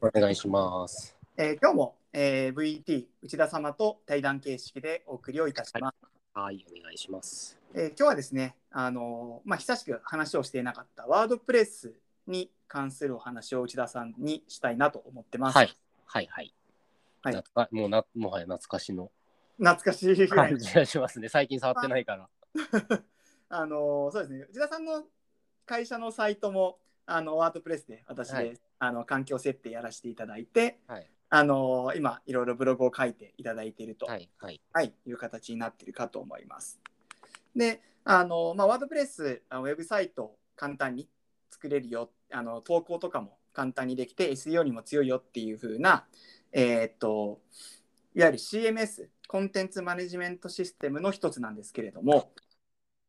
お願いします。えー今日も、えー VT 内田様と対談形式でお送りをいたします。はい、お願いします。えー今日はですね、あのーまあ、久しく話をしていなかったワードプレスに関するお話を内田さんにしたいなと思ってます。はい、はい、はい。はい懐かもうな、もはや懐かしの懐かしいぐらい感じがしますね。最近触ってないから。あのそうですね内田さんの会社のサイトもあのワードプレスで私で、はいあの環境設定やらせていただいてはい、あの今いろいろブログを書いていただいていると、はいい、はい。う形になっているかと思います。であの、まあ、ワードプレスあウェブサイトを簡単に作れるよあの投稿とかも簡単にできて SEO にも強いよっていう風なえーっといわゆる CMS コンテンツマネジメントシステムの一つなんですけれども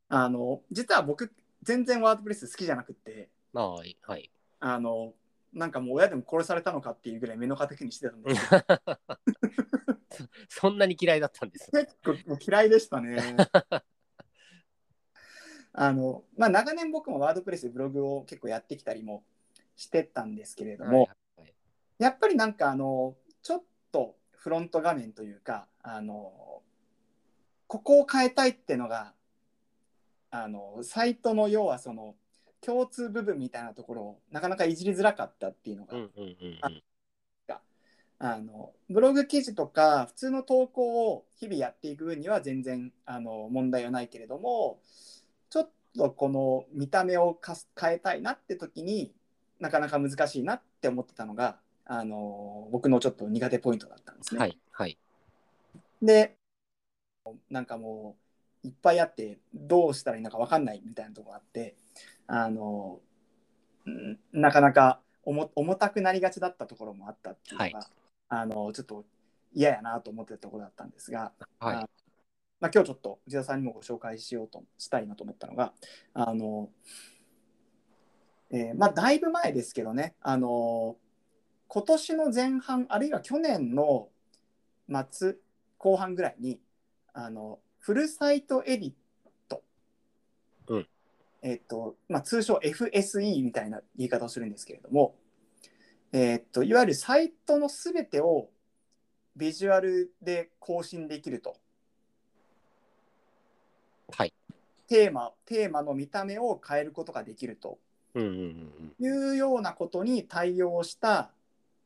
あの実は僕全然ワードプレス好きじゃなくてはい、はい。あのなんかもう親でも殺されたのかっていうぐらい目の敵にしてたんですけど そそんなに嫌いだったんですね。結構嫌いでしたね。あのまあ、長年僕もワードプレスでブログを結構やってきたりもしてたんですけれども、はいはいやっぱりなんかあのちょっとフロント画面というかあのここを変えたいってのがあのサイトの要はその共通部分みたいなところをなかなかいじりづらかったっていうのうが、ん、うん、うんうん。あのブログ記事とか普通の投稿を日々やっていく分には全然あの問題はないけれどもちょっとこの見た目をかす変えたいなって時になかなか難しいなって思ってたのがあの僕のちょっと苦手ポイントだったんですね。はい、はい。でなんかもういっぱいあってどうしたらいいのか分かんないみたいなとこがあってあのうんなかなか重重たくなりがちだったところもあったっていうのが、はいあのちょっと嫌やなと思ってたところだったんですが、はい、まあ、今日ちょっと内田さんにもご紹介しようとしたいなと思ったのがあの、えーまあ、だいぶ前ですけどねあの今年の前半あるいは去年の末後半ぐらいにあのフルサイトエディット、うんえっとまあ、通称 FSE みたいな言い方をするんですけれども、えっといわゆるサイトのすべてをビジュアルで更新できると。はい。テーマテーマの見た目を変えることができるとうん、うん、うんいうようなことに対応した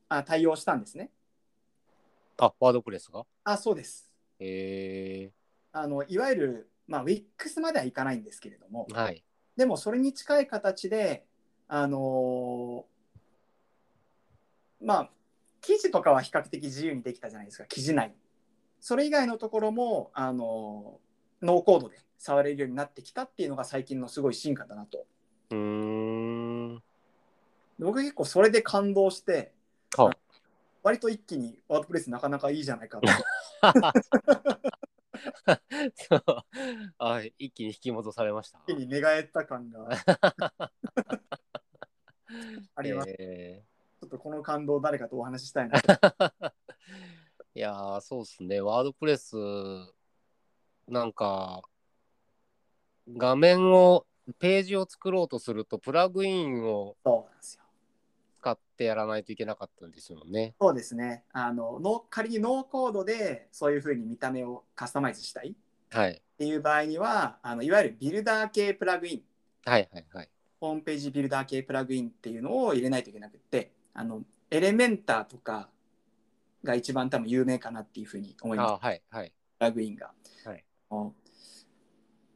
あ対応したんですね。あ、ワードプレスがあそうですえあのいわゆる、まあ、WIX まではいかないんですけれどもー、はい。でもそれに近い形であのーまあ記事とかは比較的自由にできたじゃないですか記事内それ以外のところも、あのーノーコードで触れるようになってきたっていうのが最近のすごい進化だなとうーん。僕結構それで感動しては割と一気にワードプレスなかなかいいじゃないか とそう。 あ、一気に引き戻されました。一気に寝返った感が あります、えーちょっとこの感動を誰かとお話ししたいなといやーそうっすねワードプレスなんか画面をページを作ろうとするとプラグインをそうなんですよ使ってやらないといけなかったんですよね。そうですねあのノー仮にノーコードでそういうふうに見た目をカスタマイズしたいっはい、ていう場合にはあのいわゆるビルダー系プラグインはいはいはいホームページビルダー系プラグインっていうのを入れないといけなくってあのエレメンターとかが一番多分有名かなっていうふうに思いますあーはいはいプラグインが。はい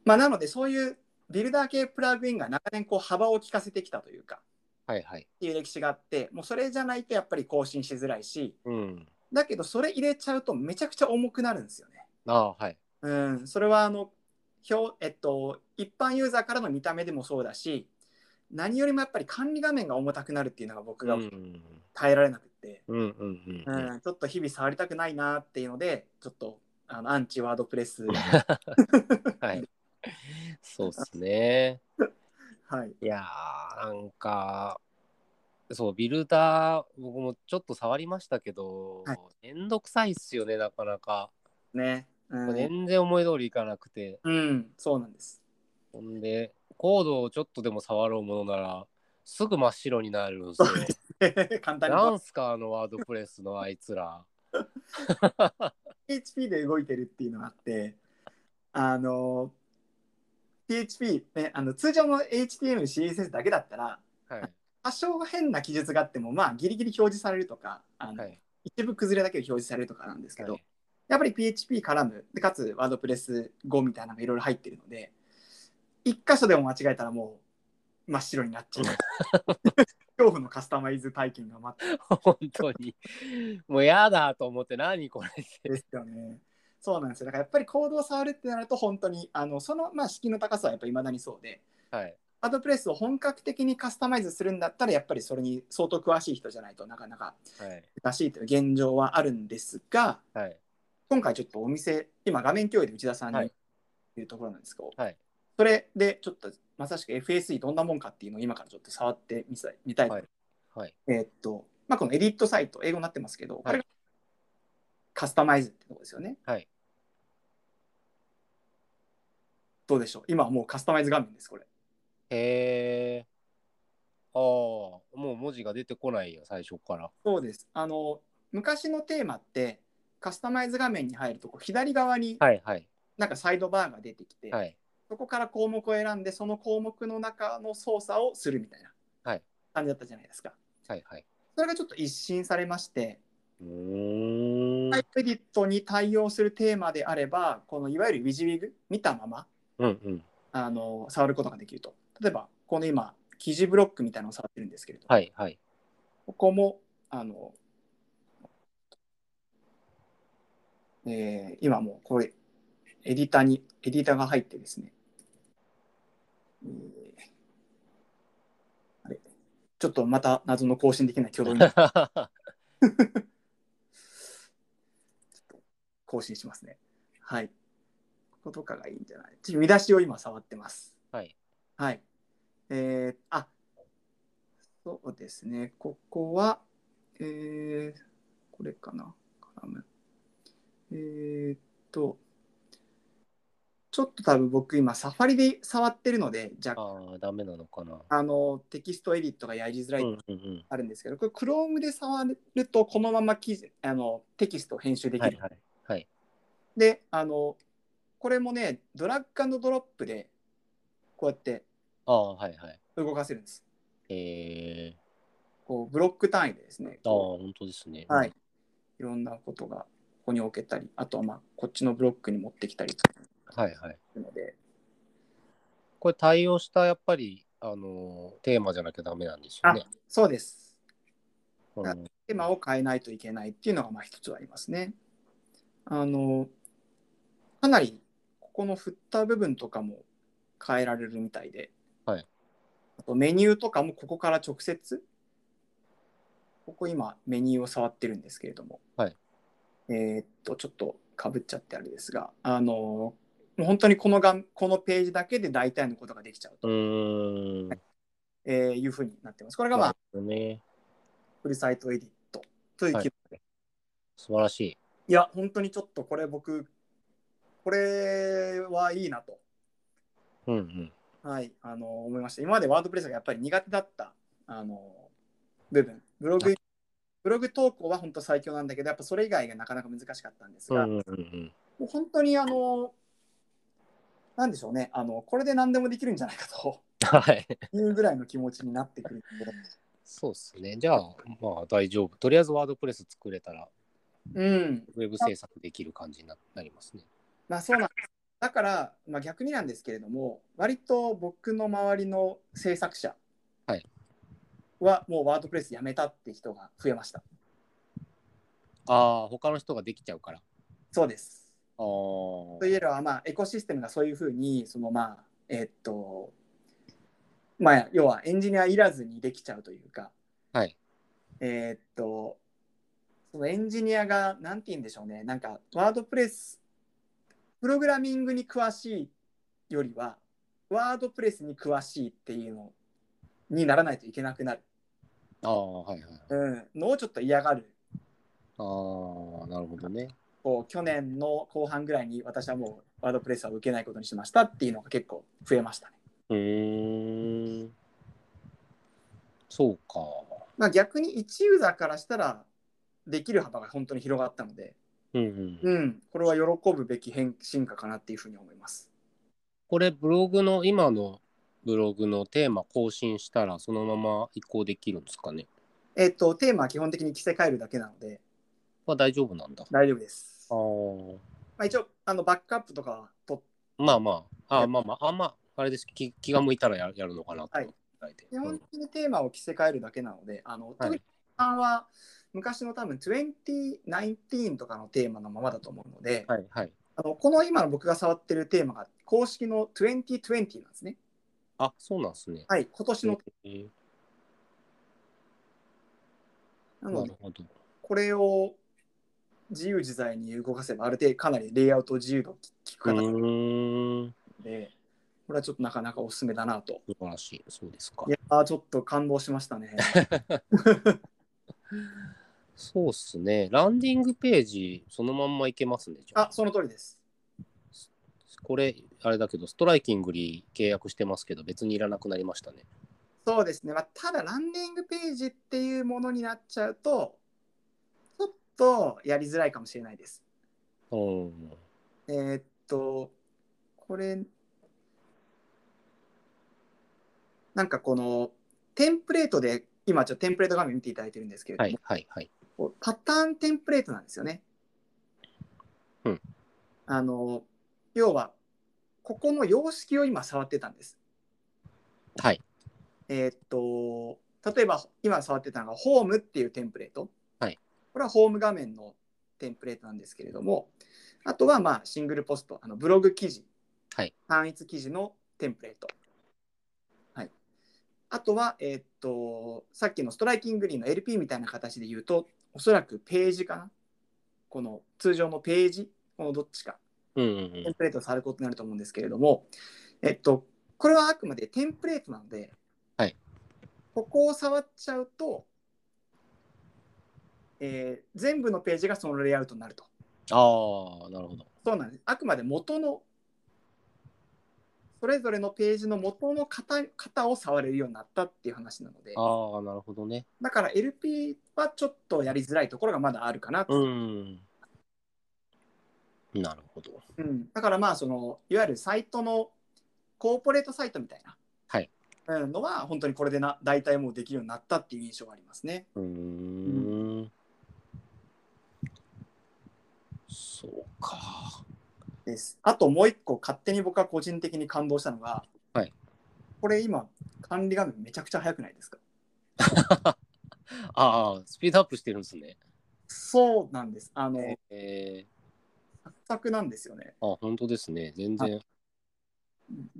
まあ、なのでそういうビルダー系プラグインが長年こう幅を利かせてきたというかはいはいっていう歴史があってもうそれじゃないとやっぱり更新しづらいしうんだけどそれ入れちゃうとめちゃくちゃ重くなるんですよね。あーはいうん、それはあの表、えっと、一般ユーザーからの見た目でもそうだし何よりもやっぱり管理画面が重たくなるっていうのが僕うんうがん耐えられなくって。うんうんうんうん、ちょっと日々触りたくないなっていうので、ちょっとあのアンチワードプ レス、はいそうっすね。はい、いやーなんかそうビルダー僕もちょっと触りましたけど、はいめんどくさいっすよねなかなか、ね、うん、全然思い通りいかなくてうん、そうなんです。 ほんでコードをちょっとでも触ろうものならすぐ真っ白になるんです そようです簡単になんすかあのワードプレスのあいつら。 PHP で動いてるっていうのがあって、あの、PHP、ね、あの通常の HTML、CSS だけだったら、はい。多少変な記述があっても、まあ、ギリギリ表示されるとか、あのはい。一部崩れだけで表示されるとかなんですけど、はいやっぱり PHP 絡む、でかつワードプレス5みたいなのがいろいろ入ってるので、一箇所でも間違えたらもう真っ白になっ ちゃう。恐怖のカスタマイズ体験が待って本当に。もうやだと思って、何これって。ですよね。そうなんですよ。だからやっぱりコードを触るってなると本当にあのそのまあ敷居の高さはやっぱり未だにそうで、はい。ワードプレスを本格的にカスタマイズするんだったらやっぱりそれに相当詳しい人じゃないとなかなかはい。難しいという現状はあるんですが、はい。今回ちょっとお店今画面共有で内田さんはにいいうところなんですけど、はいそれでちょっとまさしく FSE どんなもんかっていうのを今からちょっと触ってみたいみたいと、はいはい。えーっとまあ、このエディットサイト英語になってますけど、いこれがカスタマイズってとこですよねはい。どうでしょう今はもうカスタマイズ画面ですこれへえ。ああ、もう文字が出てこないよ、最初から。そうですあの昔のテーマってカスタマイズ画面に入るとこう左側にはいはい。なんかサイドバーが出てきて、はい。そこから項目を選んで、その項目の中の操作をするみたいなはい感じだったじゃないですか。はいはい。それがちょっと一新されまして、うーん。タイプエディットに対応するテーマであれば、このいわゆるウィジウィグ、見たままうんうん。あの触ることができると。例えば、この今、記事ブロックみたいなのを触ってるんですけれど、はいはい。ここも、あの、えー今もうこれ、エディターに、エディターが入ってですね、えーあれちょっとまた謎の更新できない挙動に 更新しますね。はい。こことかがいいんじゃないちょっと見出しを今触ってます。はい。はい。えー、あそうですね、ここは、えー、これかな、カラム。えー、っと、ちょっと多分僕今、サファリで触ってるので、若干ああ、ダメなのかな。あのテキストエディットがやりづらういんうんうん。あるんですけど、これ Chrome で触るとこのまま記事あのテキストを編集できはる。いはい。はい。であのこれもねドラッグアンドドロップでこうやってああ、はいはい。動かせるんです。ええこうブロック単位でですね。ああ、本当ですね。はい。。いろんなことがここに置けたり、あとはまあこっちのブロックに持ってきたりすはいはい。るので、これ対応したやっぱり、あのーテーマじゃなきゃダメなんですよね。そうです。うんあテーマを変えないといけないっていうのがまあ一つありますね。あの、かなりここの振った部分とかも変えられるみたいで、はいあとメニューとかもここから直接、ここ今メニューを触ってるんですけれども、はいえーっと、ちょっとかぶっちゃってあれですが、あの、もう本当にこのがんこのページだけで大体のことができちゃうと、うーん。えーいうふうになってます。これがままあ、あ、ね。フルサイトエディットという機能で素晴らしい。いや、本当にちょっとこれ僕、これはいいなと、うんうん。はい、あの思いました。今までワードプレスがやっぱり苦手だったあの部分。ブログブログ投稿は本当最強なんだけど、やっぱそれ以外がなかなか難しかったんですうんが、うもんうんうん。う本当にあの、なんでしょうねあの、これで何でもできるんじゃないかとはい。いうぐらいの気持ちになってくる のでそうですね。じゃあ、まあ大丈夫。とりあえずワードプレス作れたら、うん、ウェブ制作できる感じにななりますね。まあそうなんです。だから、まあ、逆になんですけれども、割と僕の周りの制作者はいはもうワードプレスやめたって人が増えました。ああ、他の人ができちゃうから。あそうです。あ。はというよりは、まあ、エコシステムがそういうふうに、そのまあ、えっと、まあ、要はエンジニアいらずにできちゃうというか、い。えーっと、そのエンジニアが、なんて言うんでしょうね、なんか、ワードプレス、プログラミングに詳しいよりは、ワードプレスに詳しいっていうのにならないといけなくなる、ああ、はいはい。うん、のをちょっと嫌がる。ああ、なるほどね。こう去年の後半ぐらいに私はもうワードプレスは受けないことにしましたっていうのが結構増えましたね。うーん。そうか。まあ、逆に1ユーザーからしたらできる幅が本当に広がったので、うんうん、うん、これは喜ぶべき変進化かなっていうふうに思います。これブログの今のブログのテーマ更新したらそのまま移行できるんですかねえっと、テーマは基本的に着せ替えるだけなのでは大丈夫なんだ。大丈夫です。あーまあ、一応あのバックアップとかは取っまあまあ、はあいまあまあ、あんま、あれです気気が向いたらややるのかなと思って。基本的にテーマを着せ替えるだけなので、あの特にさんは昔の多分2019とかのテーマのままだと思うので、はいはい。あのこの今の僕が触ってるテーマが公式の2020なんですね。あそうなんですね。はい、今年の。えーななのるで、ほど。これを自由自在に動かせば、ある程度かなりレイアウト自由度効うく形なのーん。で、これはちょっとなかなかおすすめだなと。素晴らしい。そうですかい。やー、ちょっと感動しましたね。そうっすね。ランディングページ、そのまんまいけますね。じゃああ、その通りです。これ、あれだけど、ストライキングリー契約してますけど、別にいらなくなりましたね。そうですね、まあ、ただランディングページっていうものになっちゃうと、ちょっとやりづらいかもしれないです。うん。えーっと、これ、なんかこのテンプレートで、今ちょっとテンプレート画面見ていただいてるんですけれどはも、いはいはい。こうパターンテンプレートなんですよね。うんあの、要は、ここの様式を今触ってたんです。はいえーっと、例えば今触ってたのがホームっていうテンプレート。はいこれはホーム画面のテンプレートなんですけれども、あとはまあシングルポスト、あのブログ記事、はい単一記事のテンプレート。はい、あとは、えーっと、さっきのストライキングリーンの LP みたいな形で言うと、おそらくページかな。この通常のページ、このどっちか。うんうんテンプレートをされることになると思うんですけれども、えっと、これはあくまでテンプレートなので、はいここを触っちゃうと、えー全部のページがそのレイアウトになると。ああ、なるほど。そうなんです。あくまで元の、それぞれのページの元の型型を触れるようになったっていう話なので、ああ、なるほどね。だから LP はちょっとやりづらいところがまだあるかなと。うん。なるほど。うん、だからまあそのいわゆるサイトのコーポレートサイトみたいな、はいうんのは本当にこれでな大体もうできるようになったっていう印象がありますね。うーん。そうか。ですあともう一個勝手に僕は個人的に感動したのが、はいこれ今管理画面めちゃくちゃ速くないですかああ、スピードアップしてるんですね。そうなんです。あの、えサクサクなんですよね。ー、あ、本当ですね。全然。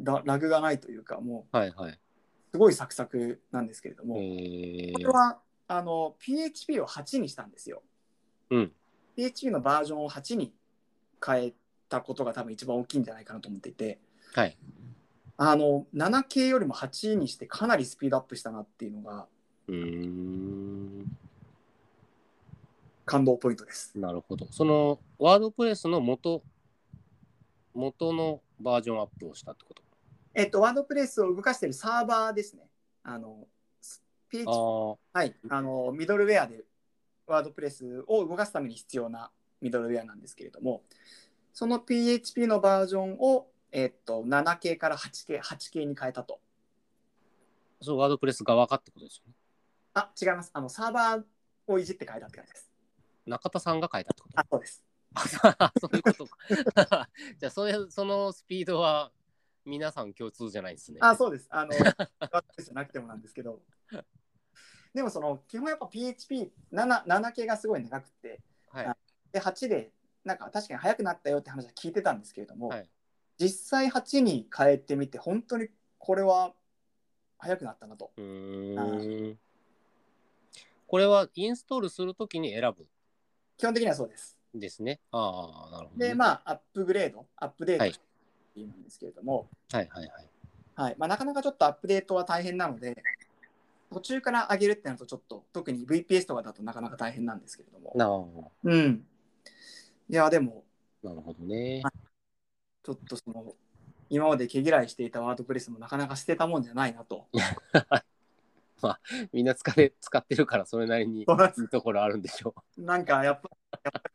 ララグがないというかもはいはい。うすごいサクサクなんですけれども、えこれー、はあの PHP を8にしたんですよ。うん PHP のバージョンを8に変えたことが多分一番大きいんじゃないかなと思っていて、はい。あの 7K よりも8にしてかなりスピードアップしたなっていうのがうーん。感動ポイントです。なるほど。その、ワードプレスの元、元のバージョンアップをしたってこと。えっと、ワードプレスを動かしているサーバーですね。あの、PHP ああ、はい、あのミドルウェアでワードプレスを動かすために必要なミドルウェアなんですけれどもその PHP のバージョンを、えっと 7K から 8K, 8K に変えたとそう、ワードプレス側かってことですよね。あ違いますあのサーバーをいじって変えたって感じです中田さんが変えたってことあそうですあ そういうことか。 じゃあそれ、そのスピードは皆さん共通じゃないんですね。あそうですあのワードプレスじゃなくてもなんですけどでもその基本やっぱ PHP7K がすごい長くてはい。で8でなんか確かに速くなったよって話は聞いてたんですけれども、はい実際8に変えてみて本当にこれは速くなったなとうーん。これはインストールするときに選ぶ基本的にはそうですんですね。ああ、なるほどね、でまあアップグレードアップデートはいっていうんですけれども、はいはいはい。はいまあ、なかなかちょっとアップデートは大変なので途中から上げるってなるとちょっと特に VPS とかだとなかなか大変なんですけれどもなあーうんいやでもなるほどね。ちょっとその今まで毛嫌いしていたワードプレスもなかなか捨てたもんじゃないなとまあ、みんな疲れ使ってるから、それなりにいいところあるんでしょ。なんかやっぱ、やっぱ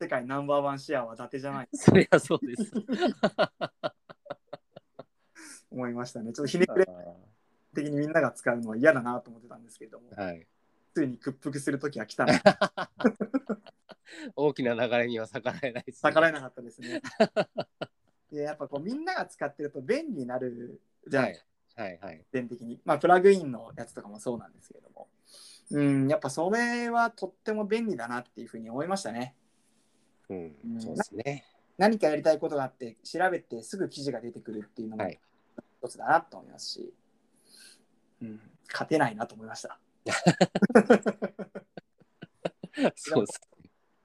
世界ナンバーワンシェアは伊達じゃないうそりゃそうです。と思いましたね。ちょっとひねくれ的にみんなが使うのは嫌だなと思ってたんですけれども、はい。ついに屈服する時が来たので大きな流れには逆らえないです、逆らえない。なかったですね。 でやっぱこうみんなが使ってると便利になるじゃはないい。はいはい。全的に、まあ、プラグインのやつとかもそうなんですけれども、うん、やっぱそれはとっても便利だなっていうふうに思いましたね。うんう。んそうですね。何かやりたいことがあって、調べてすぐ記事が出てくるっていうのもはい一つだなと思いますし、うん、勝てないなと思いました。そうです。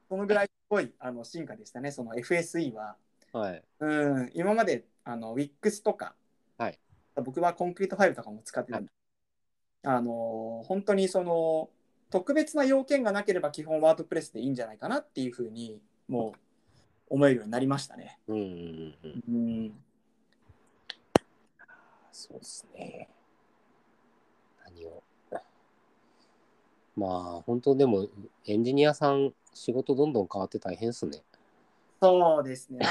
そのぐらいすごいあの進化でしたね、その FSE は。はい。うん、今まであの WIX とか、はい僕はコンクリートファイルとかも使ってたんで、あのー本当にその特別な要件がなければ基本ワードプレスでいいんじゃないかなっていうふうにもう思えるようになりましたね。うんうんうんうん。うん、そうですね。何を。まあ、本当でも、エンジニアさん、仕事どんどん変わって大変ですね。そうですね。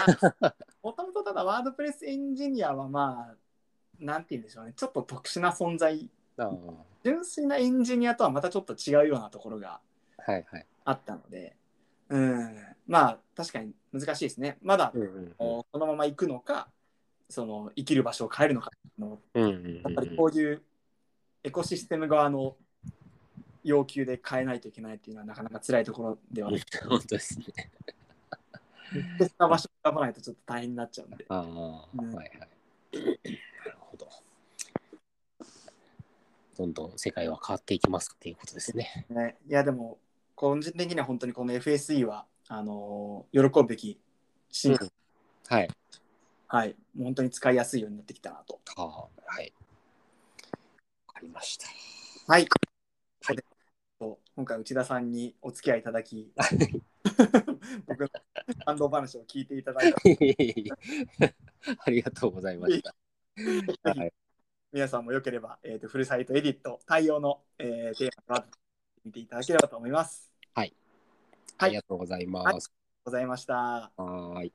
もともとただワードプレスエンジニアはまあなんて言うんでしょうねちょっと特殊な存在ああ、純粋なエンジニアとはまたちょっと違うようなところがはいはい。あったので、うん、まあ確かに難しいですね。まだ、うんうんうん。このまま行くのか、その生きる場所を変えるのかの、うんうんやうっんぱ りこういうエコシステム側の要求で変えないといけないっていうのはなかなか辛いところではうあんる。本当ですね。別な場所を選ばないとちょっと大変になっちゃうんで。ああ、うんはいはい。なるほど。どんどん世界は変わっていきますっていうことですね。ね、いやでも、個人的には本当にこの FSE は、あのー喜ぶべき進化、はい。はい、もう本当に使いやすいようになってきたなと。はあ、はい。わかりました。はい。はいと今回内田さんにお付き合いいただ き、僕の感動話を聞いていただいたいえいえいえ ありがとうございました。 はい。皆さんもよければ、えー、とフルサイトエディット対応の、えー、テーマが見ていただければと思います。ありありがとうございます。がとうございました。はーい。